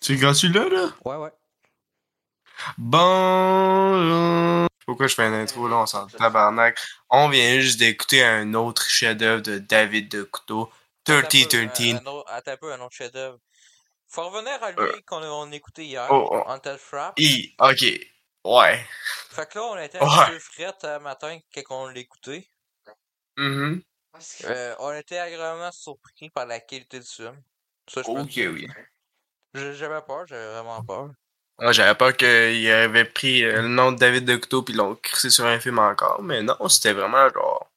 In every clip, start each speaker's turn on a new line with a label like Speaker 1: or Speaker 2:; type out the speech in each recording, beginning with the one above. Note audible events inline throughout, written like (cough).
Speaker 1: C'est gratuit là, là?
Speaker 2: Ouais, ouais.
Speaker 1: Bon. Pourquoi je fais une intro là? On s'en tabarnak. On vient juste d'écouter un autre chef-d'œuvre de David de Couteau,
Speaker 2: Attends un peu,
Speaker 1: 3013.
Speaker 2: un- un autre- Attends un peu, un autre chef-d'œuvre. Faut revenir à lui
Speaker 1: Euh.
Speaker 2: qu'on a on a écouté hier,
Speaker 1: Oh, oh.
Speaker 2: Until Frap.
Speaker 1: I, ok. Ouais.
Speaker 2: Fait que là, on était
Speaker 1: Ouais.
Speaker 2: un peu frette euh, matin quand on l'a écouté.
Speaker 1: Mhm.
Speaker 2: Euh, on était agréablement surpris par la qualité du film. Ça, je peux
Speaker 1: Ok,
Speaker 2: dire.
Speaker 1: oui.
Speaker 2: J'ai- J'avais peur, j'avais vraiment peur.
Speaker 1: Moi, Ah, J'avais peur qu'il avait pris euh, le nom de David de Couteau puis l'ont crissé sur un film encore, mais non, c'était vraiment genre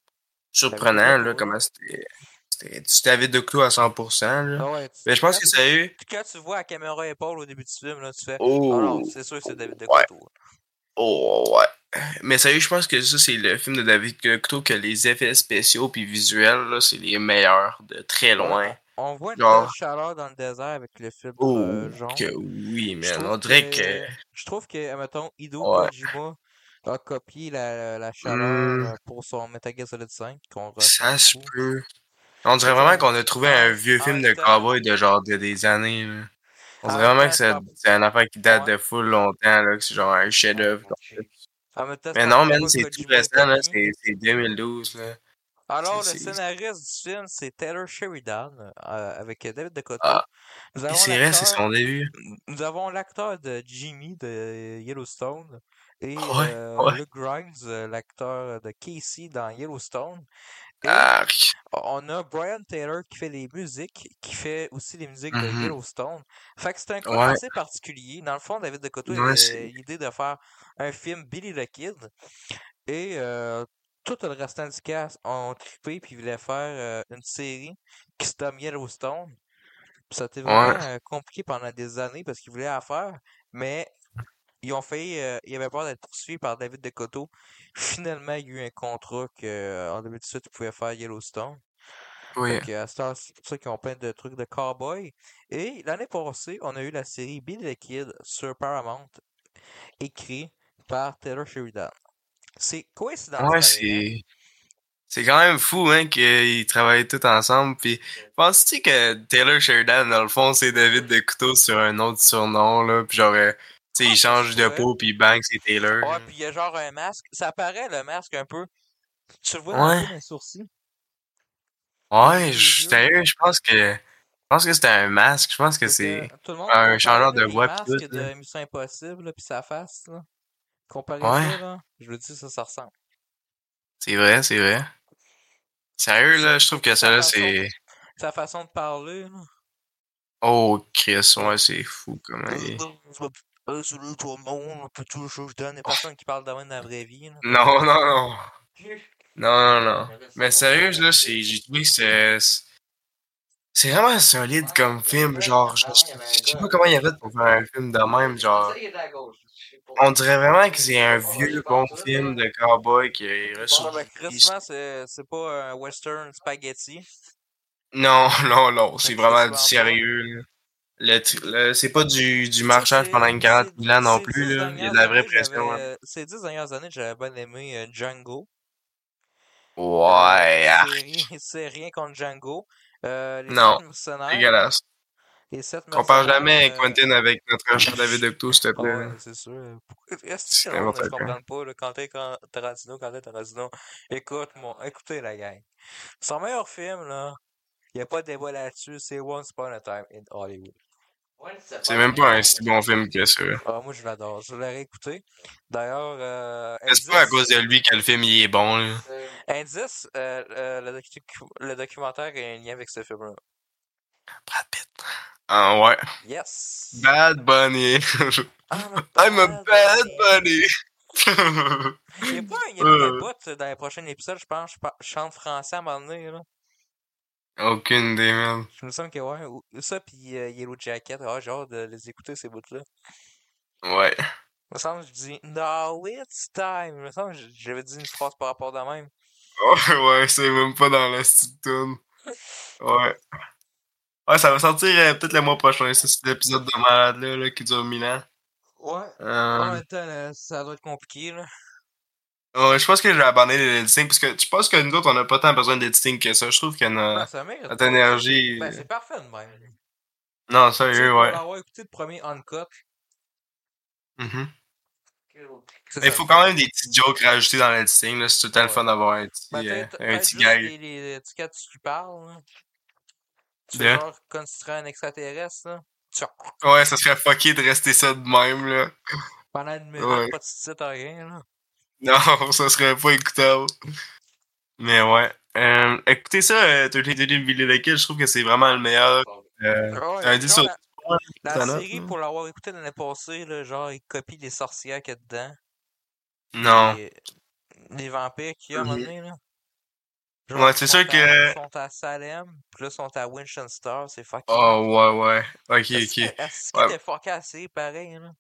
Speaker 1: surprenant
Speaker 2: David de
Speaker 1: là,
Speaker 2: Couteau.
Speaker 1: comment c'était. C'était du David de Couteau à 100%. Là.
Speaker 2: Ah ouais, tu-
Speaker 1: Mais je pense
Speaker 2: quand
Speaker 1: que ça a eu.
Speaker 2: tu- Quand tu vois à caméra épaule au début du film, là, tu fais. Oh
Speaker 1: Oh,
Speaker 2: non, c'est sûr que c'est David de
Speaker 1: Ouais.
Speaker 2: Couteau.
Speaker 1: oh, ouais. Mais sérieux, je pense que ça, c'est le film de David de Couteau que les effets spéciaux puis visuels, là, c'est les meilleurs de très loin.
Speaker 2: On voit une
Speaker 1: Genre.
Speaker 2: telle chaleur dans le désert avec le film
Speaker 1: Oh,
Speaker 2: euh, jaune.
Speaker 1: que oui,
Speaker 2: Je
Speaker 1: man.
Speaker 2: trouve
Speaker 1: On dirait que.
Speaker 2: Je trouve que, mettons, Hideo
Speaker 1: Ouais.
Speaker 2: Kojima a copié la, la chaleur
Speaker 1: Hmm.
Speaker 2: euh, pour son Metal Gear Solid 5 qu'on re-
Speaker 1: Ça se
Speaker 2: beaucoup.
Speaker 1: peut. On dirait vraiment qu'on a trouvé un vieux
Speaker 2: En
Speaker 1: film de
Speaker 2: même temps-
Speaker 1: cowboy de genre de, des années. là. On
Speaker 2: En
Speaker 1: dirait
Speaker 2: même
Speaker 1: vraiment
Speaker 2: temps,
Speaker 1: que c'est
Speaker 2: ça-
Speaker 1: c'est une affaire qui date
Speaker 2: Ah, Ouais.
Speaker 1: de full longtemps, là, que c'est genre un chef-d'œuvre. qu'on fait.
Speaker 2: euh, En même temps, c'est
Speaker 1: Mais
Speaker 2: pas
Speaker 1: non, man,
Speaker 2: Kojima
Speaker 1: c'est tout
Speaker 2: qui
Speaker 1: récent,
Speaker 2: l'a
Speaker 1: là,
Speaker 2: écrit.
Speaker 1: c'est c'est 2012. Là.
Speaker 2: Alors, le
Speaker 1: c'est- c'est-
Speaker 2: scénariste du film, c'est Taylor Sheridan euh, avec David de Coteau.
Speaker 1: Ah. Et
Speaker 2: Nous avons
Speaker 1: C'est vrai, c'est
Speaker 2: l'acteur-
Speaker 1: son début.
Speaker 2: Nous avons l'acteur de Jimmy de Yellowstone et
Speaker 1: Ouais,
Speaker 2: euh,
Speaker 1: ouais.
Speaker 2: Luke Grimes, euh, l'acteur de Casey dans Yellowstone. Et
Speaker 1: Arc.
Speaker 2: on a Brian Taylor qui fait les musiques, qui fait aussi les musiques de
Speaker 1: Mhm.
Speaker 2: Yellowstone. Fait que c'est un cas
Speaker 1: Ouais.
Speaker 2: assez particulier. Dans le fond, David de Coteau
Speaker 1: Ouais,
Speaker 2: avait
Speaker 1: c'est-
Speaker 2: l'idée de faire un film Billy the Kid et euh, tout le restant du cast ont trippé puis voulaient faire euh, une série qui se nomme Yellowstone. Puis ça a été vraiment euh, compliqué pendant des années parce qu'ils voulaient la faire, mais ils ont failli, euh, ils avaient peur d'être poursuivis par David de Coteau. Finalement, il y a eu un contrat que euh, en 2018, ils pouvaient faire Yellowstone.
Speaker 1: Oui.
Speaker 2: Fait que à cette heure, c'est pour ça qu'ils ont plein de trucs de cowboy. Et l'année passée, on a eu la série Billy the Kid sur Paramount, écrit par Taylor Sheridan. C'est coïncidence.
Speaker 1: Ouais,
Speaker 2: pareil, hein?
Speaker 1: c'est. C'est quand même fou, hein, qu'ils travaillent tous ensemble. Puis, penses-tu que Taylor Sheridan, dans le fond, c'est David de Couteau sur un autre surnom, là? Puis, genre, euh, tu sais,
Speaker 2: Ah,
Speaker 1: il
Speaker 2: ça
Speaker 1: change
Speaker 2: se
Speaker 1: de
Speaker 2: pourrait.
Speaker 1: peau, puis bang, c'est Taylor.
Speaker 2: Ouais, puis il y a genre un masque. Ça paraît le masque un peu. Tu le vois dans le
Speaker 1: Ouais.
Speaker 2: film, un sourcil.
Speaker 1: Ouais,
Speaker 2: Les
Speaker 1: je-
Speaker 2: yeux.
Speaker 1: sérieux, je pense que. Je pense que c'était un masque. Je pense que
Speaker 2: Parce que
Speaker 1: c'est.
Speaker 2: Tout le monde
Speaker 1: un
Speaker 2: comparait,
Speaker 1: changeur
Speaker 2: là,
Speaker 1: de
Speaker 2: les
Speaker 1: voix pis tout,
Speaker 2: masques
Speaker 1: là.
Speaker 2: de Mission Impossible, là, puis sa face, là. Comparé
Speaker 1: Ouais.
Speaker 2: ça, là, je veux dire, ça, ça ressemble.
Speaker 1: C'est vrai, c'est vrai. Sérieux, là, je trouve que ça, là,
Speaker 2: façon.
Speaker 1: c'est.
Speaker 2: Sa façon de parler, là.
Speaker 1: Oh, Chris, ouais, c'est fou, comment il est.
Speaker 2: Euh, salut tout le monde, puis tout le show, je donne,
Speaker 1: Ah.
Speaker 2: y a personne qui parle de même dans la vraie vie, là.
Speaker 1: Non, non, non. Non, non, non. Ah. Mais sérieux, là, c'est- j'ai trouvé que c'est. C'est vraiment solide comme film. Genre, je, je- je sais pas comment il a fait pour faire un film de même. Genre, on dirait vraiment que c'est un vieux bon film de cowboy qui est
Speaker 2: Ouais, ben,
Speaker 1: ressorti.
Speaker 2: Christmas, c'est c'est pas un western spaghetti.
Speaker 1: Non, (laughs) non, non. C'est
Speaker 2: Fait que
Speaker 1: vraiment
Speaker 2: ça se
Speaker 1: du
Speaker 2: vend pas.
Speaker 1: sérieux. là. Le, tr- le- c'est pas du, du marchage
Speaker 2: c'est-
Speaker 1: pendant une quarantaine
Speaker 2: c'est-
Speaker 1: ans non
Speaker 2: ces
Speaker 1: plus.
Speaker 2: dix
Speaker 1: Là. Il y a de la
Speaker 2: dernières
Speaker 1: vraie
Speaker 2: années,
Speaker 1: pression. hein.
Speaker 2: j'avais- euh, Ces dix dernières années, j'avais bien aimé euh, Django. Euh,
Speaker 1: Ouais, ah,
Speaker 2: c'est rien- (laughs) C'est rien contre Django. Euh, les
Speaker 1: Non,
Speaker 2: sept mercenaires.
Speaker 1: dégueulasse.
Speaker 2: Les sept
Speaker 1: Compare
Speaker 2: mercenaires,
Speaker 1: jamais
Speaker 2: euh,
Speaker 1: Quentin avec notre cher David Octo, s'il te
Speaker 2: ah
Speaker 1: plaît.
Speaker 2: ouais, c'est sûr. Pourquoi est-ce
Speaker 1: C'est
Speaker 2: que le monde,
Speaker 1: n'importe
Speaker 2: je
Speaker 1: quoi.
Speaker 2: comprends pas, là, Quentin Can- Tarantino, Quentin Tarantino. Écoute, mon, écoutez la gang. Son meilleur film, là, il n'y a pas de débat là-dessus, c'est Once Upon a Time in Hollywood.
Speaker 1: C'est même pas un si bon film que ça.
Speaker 2: Ah, moi, je l'adore. Je l'ai réécouté. D'ailleurs, euh,
Speaker 1: C'est pas à
Speaker 2: Indice-
Speaker 1: cause de lui que le film il est bon. Là.
Speaker 2: Indice, euh, euh, le, docu- le documentaire est un lien avec ce film-là.
Speaker 1: Brad Pitt. Ah ouais.
Speaker 2: Yes! Ah,
Speaker 1: Bad Bunny. (laughs)
Speaker 2: I'm a
Speaker 1: Ben, I'm a
Speaker 2: bad
Speaker 1: bad
Speaker 2: bunny.
Speaker 1: bunny.
Speaker 2: Il n'y a pas, il y a pas un
Speaker 1: Euh.
Speaker 2: bout dans les prochains épisodes, je pense, je par- je chante français à un moment donné, là.
Speaker 1: (laughs) Aucune idée, man.
Speaker 2: Je me semble que ouais, ou- ça puis euh, Yellow Jacket, ah, j'ai hâte de les écouter ces bouts-là.
Speaker 1: Ouais. (laughs)
Speaker 2: Il me semble que je dis Now it's time. Il me semble que j- j'avais dit une phrase par rapport de même.
Speaker 1: ouais, c'est même pas dans la petite tune. Ouais. Ouais, ça va sortir euh, peut-être le mois prochain, ça, c'est l'épisode de malade là, là, qui dure mille ans.
Speaker 2: Ouais. En
Speaker 1: Euh,
Speaker 2: même temps, là, ça doit être compliqué là.
Speaker 1: ouais, je pense que j'ai abandonné l'editing parce que tu penses que nous autres on n'a pas tant besoin d'editing que ça. Je trouve que
Speaker 2: Ben,
Speaker 1: Ah. notre,
Speaker 2: ça mérite.
Speaker 1: notre énergie.
Speaker 2: Ben, c'est parfait de même.
Speaker 1: Non, sérieux,
Speaker 2: Pour
Speaker 1: ouais.
Speaker 2: avoir écouté le premier Uncut,
Speaker 1: Mhm.
Speaker 2: c'est
Speaker 1: Mais Il
Speaker 2: ça.
Speaker 1: faut quand même des petites jokes rajoutées dans l'editing, là. C'est tout le temps le
Speaker 2: Ouais.
Speaker 1: fun d'avoir un petit,
Speaker 2: Ben,
Speaker 1: euh,
Speaker 2: peut-être-
Speaker 1: un
Speaker 2: peut-être
Speaker 1: petit
Speaker 2: juste
Speaker 1: gag.
Speaker 2: les- les- les- tu- quand tu parles, là, tu
Speaker 1: De?
Speaker 2: fais genre comme si tu serais un extraterrestre, là. Tu fais
Speaker 1: Ouais, ça serait fucké de rester ça de même, là. (laughs)
Speaker 2: pendant une minute,
Speaker 1: Ouais.
Speaker 2: pas de titre, rien, là.
Speaker 1: Non, ça serait pas écoutable. Mais ouais. Euh, écoutez ça, euh, 13 Daily Billy the Kid, je trouve que c'est vraiment le meilleur. Euh,
Speaker 2: Ah Ouais,
Speaker 1: un dix
Speaker 2: genre,
Speaker 1: sur-
Speaker 2: la,
Speaker 1: ça
Speaker 2: la
Speaker 1: note,
Speaker 2: série,
Speaker 1: là.
Speaker 2: pour l'avoir écouté l'année passée, là, genre, ils copient les sorcières qu'il y a dedans.
Speaker 1: non.
Speaker 2: Les, les vampires qu'il y a à un moment
Speaker 1: Mhm.
Speaker 2: donné, là.
Speaker 1: Ouais, c'est
Speaker 2: ils
Speaker 1: sûr
Speaker 2: sont à-
Speaker 1: que-
Speaker 2: ils sont à Salem, puis là, ils sont à Winchester, c'est fucking.
Speaker 1: Oh, ouais, ouais. Ok,
Speaker 2: Est-ce
Speaker 1: ok.
Speaker 2: que- Est-ce
Speaker 1: Ouais.
Speaker 2: qu'il était fucké assez, pareil, là?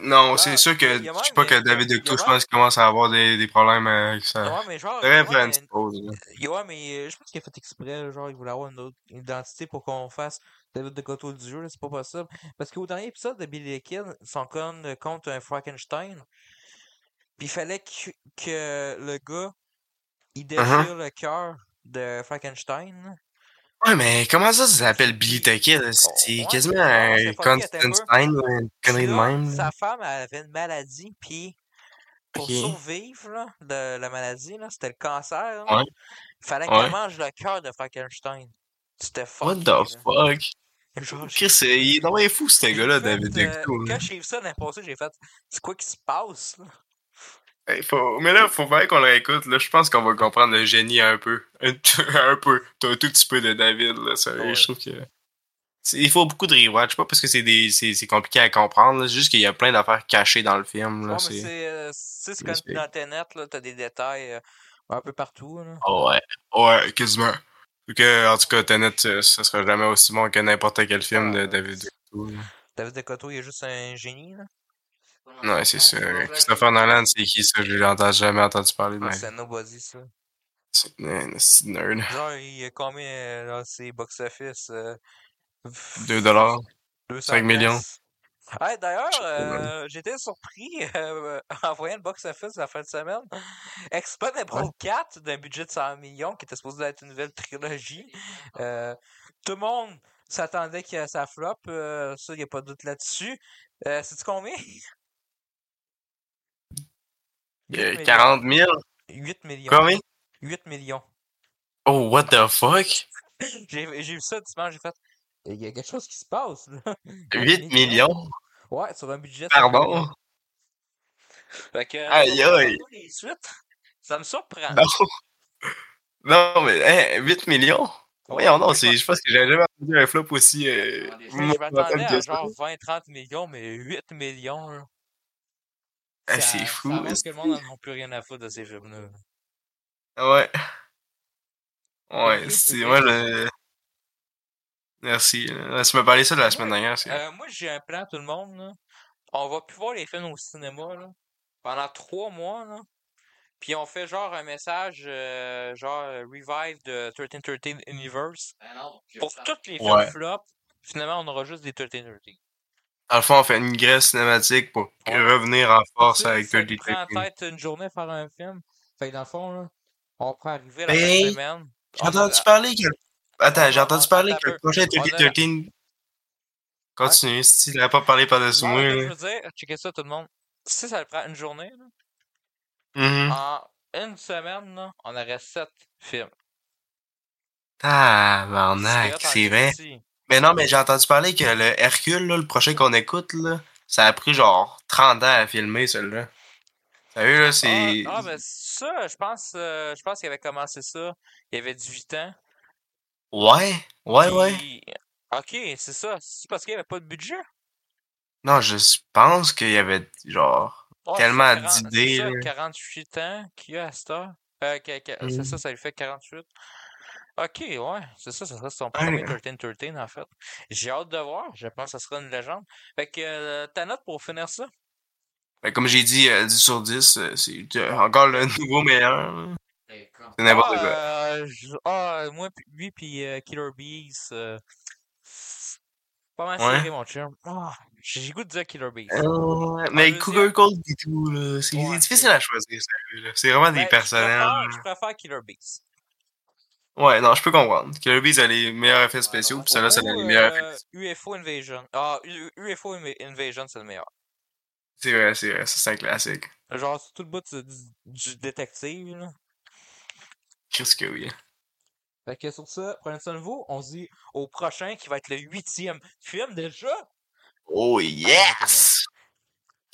Speaker 1: Non,
Speaker 2: Ouais,
Speaker 1: c'est sûr que
Speaker 2: il y a
Speaker 1: je sais
Speaker 2: même
Speaker 1: pas que
Speaker 2: des-
Speaker 1: David
Speaker 2: il y a
Speaker 1: Decto, je
Speaker 2: même-
Speaker 1: pense qu'il commence à avoir des, des problèmes euh, avec ça.
Speaker 2: Ouais, mais genre,
Speaker 1: Très
Speaker 2: ouais, mais-
Speaker 1: plein de choses, là.
Speaker 2: Et Ouais, mais euh, je pense qu'il a fait exprès, là, genre, il voulait avoir une autre identité pour qu'on fasse David de Coteau du jeu, là, c'est pas possible. Parce qu'au dernier épisode de Billy the Kid, ils sont comme euh, contre un Frankenstein. Puis il fallait que, que le gars, il
Speaker 1: Ah
Speaker 2: déchire le cœur de Frankenstein. là.
Speaker 1: Ouais, mais comment ça, ça s'appelle Billy the Kid? C'est
Speaker 2: Oh, ouais,
Speaker 1: quasiment
Speaker 2: c'est-
Speaker 1: un
Speaker 2: c'est fucké, attends un peu.
Speaker 1: Constantine, ou une
Speaker 2: Puis
Speaker 1: connerie de
Speaker 2: là,
Speaker 1: même. là.
Speaker 2: Sa femme, elle avait une maladie, puis pour
Speaker 1: Ok.
Speaker 2: survivre là, de la maladie, là, c'était le cancer.
Speaker 1: Ouais.
Speaker 2: Il fallait
Speaker 1: Ouais.
Speaker 2: qu'elle mange le cœur de Frankenstein. C'était
Speaker 1: What
Speaker 2: fucké.
Speaker 1: the
Speaker 2: là.
Speaker 1: fuck?
Speaker 2: Genre, j'ai-
Speaker 1: Chris, il est vraiment fou, ce
Speaker 2: J'ai
Speaker 1: gars-là,
Speaker 2: fait,
Speaker 1: David
Speaker 2: euh,
Speaker 1: Decto.
Speaker 2: Quand j'ai vu ça l'année passée, j'ai fait C'est quoi qui se passe là?
Speaker 1: Hey, faut- Mais là, faut vraiment qu'on le réécoute. Là, je pense qu'on va comprendre le génie un peu. (laughs) Un, t- un peu. T'as un tout petit peu de David, là, sérieux.
Speaker 2: Ouais.
Speaker 1: Je trouve que. c'est- Il faut beaucoup de rewatch, pas parce que c'est des... c'est c'est compliqué à comprendre, là, c'est juste qu'il y a plein d'affaires cachées dans le film. Là,
Speaker 2: Ouais, mais
Speaker 1: c'est-
Speaker 2: c'est euh, c'est ce
Speaker 1: c'est
Speaker 2: qu'on
Speaker 1: spécial.
Speaker 2: dans Internet, là, t'as des détails euh, un peu partout. Là.
Speaker 1: Ah ouais, ouais, quasiment. Fait Que, en tout cas, Tenet, euh, ça sera jamais aussi bon que n'importe quel film de
Speaker 2: Ah,
Speaker 1: David. Duchovny.
Speaker 2: David de Coteau, il est juste un génie. Là.
Speaker 1: Ouais, c'est ça. Christopher Nolan, c'est qui ça? Je l'ai jamais entendu parler de
Speaker 2: Ah,
Speaker 1: ma vie.
Speaker 2: c'est un nobody ça.
Speaker 1: C'est un c'est un nerd.
Speaker 2: Genre, il a combien euh, dans ses box-office euh,
Speaker 1: 2 dollars.
Speaker 2: 200
Speaker 1: cinq millions.
Speaker 2: piastres. Ouais, d'ailleurs,
Speaker 1: Je sais pas, man.
Speaker 2: euh, j'étais surpris (laughs) euh, en voyant le box-office la fin de semaine. Exponential 4 d'un budget de 100 millions qui était supposé être une nouvelle trilogie.
Speaker 1: Ah.
Speaker 2: Euh, tout le monde s'attendait que ça flop. euh, ça, il n'y a pas de doute là-dessus. Euh, Sais-tu combien?
Speaker 1: Euh,
Speaker 2: millions.
Speaker 1: 40 000?
Speaker 2: 8 millions.
Speaker 1: Combien?
Speaker 2: 8 millions.
Speaker 1: Oh, what the fuck?
Speaker 2: J'ai j'ai vu ça dimanche, j'ai fait. Il y a quelque chose qui se passe, là. (laughs)
Speaker 1: 8 millions?
Speaker 2: Ouais, sur un budget. de 100
Speaker 1: Pardon?
Speaker 2: millions. Fait que, euh,
Speaker 1: Aïe,
Speaker 2: ça me
Speaker 1: aïe. Ben,
Speaker 2: surprend pas les suites. Ça me surprend.
Speaker 1: Non! (laughs) Non, mais hein, 8 millions? Voyons, non, c'est- je pense que j'avais jamais entendu un flop aussi. euh,
Speaker 2: Je je m'attendais
Speaker 1: monumental
Speaker 2: à
Speaker 1: que ça.
Speaker 2: genre 20-30 millions, mais 8 millions. là.
Speaker 1: Ah,
Speaker 2: Ça-
Speaker 1: c'est fou.
Speaker 2: Ça montre
Speaker 1: est-ce
Speaker 2: que le monde n'en a plus rien à foutre de ces films-là.
Speaker 1: que- Ouais.
Speaker 2: Ok,
Speaker 1: Ouais,
Speaker 2: c'est
Speaker 1: c'est. Moi, le. Merci. Euh, Tu m'as parlé ça la semaine dernière. c'est-
Speaker 2: Euh, moi, j'ai un plan, tout le monde. Là. On va plus voir les films au cinéma là, pendant trois mois. Là. Puis on fait genre un message, euh, genre euh, Revive de 1313 Universe. Pour tous les films
Speaker 1: Ouais.
Speaker 2: flop, finalement, on aura juste des 1313.
Speaker 1: Dans le fond, on fait une grèce cinématique pour revenir en force
Speaker 2: Tu sais,
Speaker 1: avec
Speaker 2: ça
Speaker 1: 30
Speaker 2: te prend peut-être une journée à faire un film. Fait que dans le fond, là, on pourrait arriver la
Speaker 1: Ben,
Speaker 2: fin de semaine. Ah,
Speaker 1: J'ai
Speaker 2: on a-
Speaker 1: entendu parler que. Attends, j'ai entendu
Speaker 2: Attends,
Speaker 1: parler
Speaker 2: attends
Speaker 1: que
Speaker 2: un
Speaker 1: le
Speaker 2: peu.
Speaker 1: prochain
Speaker 2: On a-
Speaker 1: 1313. Continue, si tu l'as pas parlé par-dessus
Speaker 2: Non,
Speaker 1: moi.
Speaker 2: mais
Speaker 1: là.
Speaker 2: ben, je veux dire, checkez ça tout le monde. Si ça le prend une journée, là,
Speaker 1: Mhm.
Speaker 2: en une semaine, là, on aurait sept films. Ah.
Speaker 1: Tabarnak, Oh, c'est vrai. Mais non, mais j'ai entendu parler que le Hercule, là, le prochain qu'on écoute, là, ça a pris genre 30 ans à filmer, celui-là. Sérieux, là,
Speaker 2: Ah,
Speaker 1: c'est.
Speaker 2: ah, ben ça, je pense, euh, je pense qu'il avait commencé ça. Il avait 18 ans.
Speaker 1: Ouais, ouais, ouais.
Speaker 2: puis- Ok, c'est ça. C'est parce qu'il n'y avait pas de budget.
Speaker 1: Non, je pense qu'il y avait genre.
Speaker 2: Ouais,
Speaker 1: Tellement
Speaker 2: Ah, c'est 40 c'est
Speaker 1: d'idées,
Speaker 2: ça,
Speaker 1: là.
Speaker 2: 48 ans qu'il a à cette heure. Euh, que- que- C'est
Speaker 1: Mm.
Speaker 2: ça, ça lui fait 48. Ok, ouais, c'est ça, ça serait son premier 13-13 en fait. J'ai hâte de voir, je pense que ça sera une légende. Fait que euh, ta note pour finir ça?
Speaker 1: Ben, comme j'ai dit, euh, 10 sur 10, euh, c'est euh, encore le (laughs) nouveau meilleur. là. C'est n'importe
Speaker 2: ah,
Speaker 1: quoi.
Speaker 2: euh, je- ah, moi, puis- lui, puis euh, Killer Bees. euh, Pas mal
Speaker 1: Ouais.
Speaker 2: serré, mon chum. Ah, j'ai le goût de dire Killer Bees.
Speaker 1: Euh, mais
Speaker 2: deuxième-
Speaker 1: Cougar Cold et tout, là, c'est
Speaker 2: Ouais,
Speaker 1: difficile à choisir, sérieux, là. C'est vraiment
Speaker 2: Ben,
Speaker 1: des
Speaker 2: je
Speaker 1: personnages.
Speaker 2: préfère- Je préfère Killer Bees.
Speaker 1: Ouais, non, je peux comprendre. Killer Bees a les meilleurs
Speaker 2: Ah,
Speaker 1: effets spéciaux, puis celle-là, ça a les meilleurs effets
Speaker 2: Euh, UFO Invasion. Ah, U- UFO Inva- Invasion, c'est le meilleur.
Speaker 1: C'est vrai, c'est vrai, ça, c'est un classique.
Speaker 2: Genre, c'est tout le bout du, du détective, là.
Speaker 1: Qu'est-ce que oui.
Speaker 2: Fait que sur ça, prenez ça de vous. On se dit au prochain qui va être le huitième film déjà.
Speaker 1: Oh yes!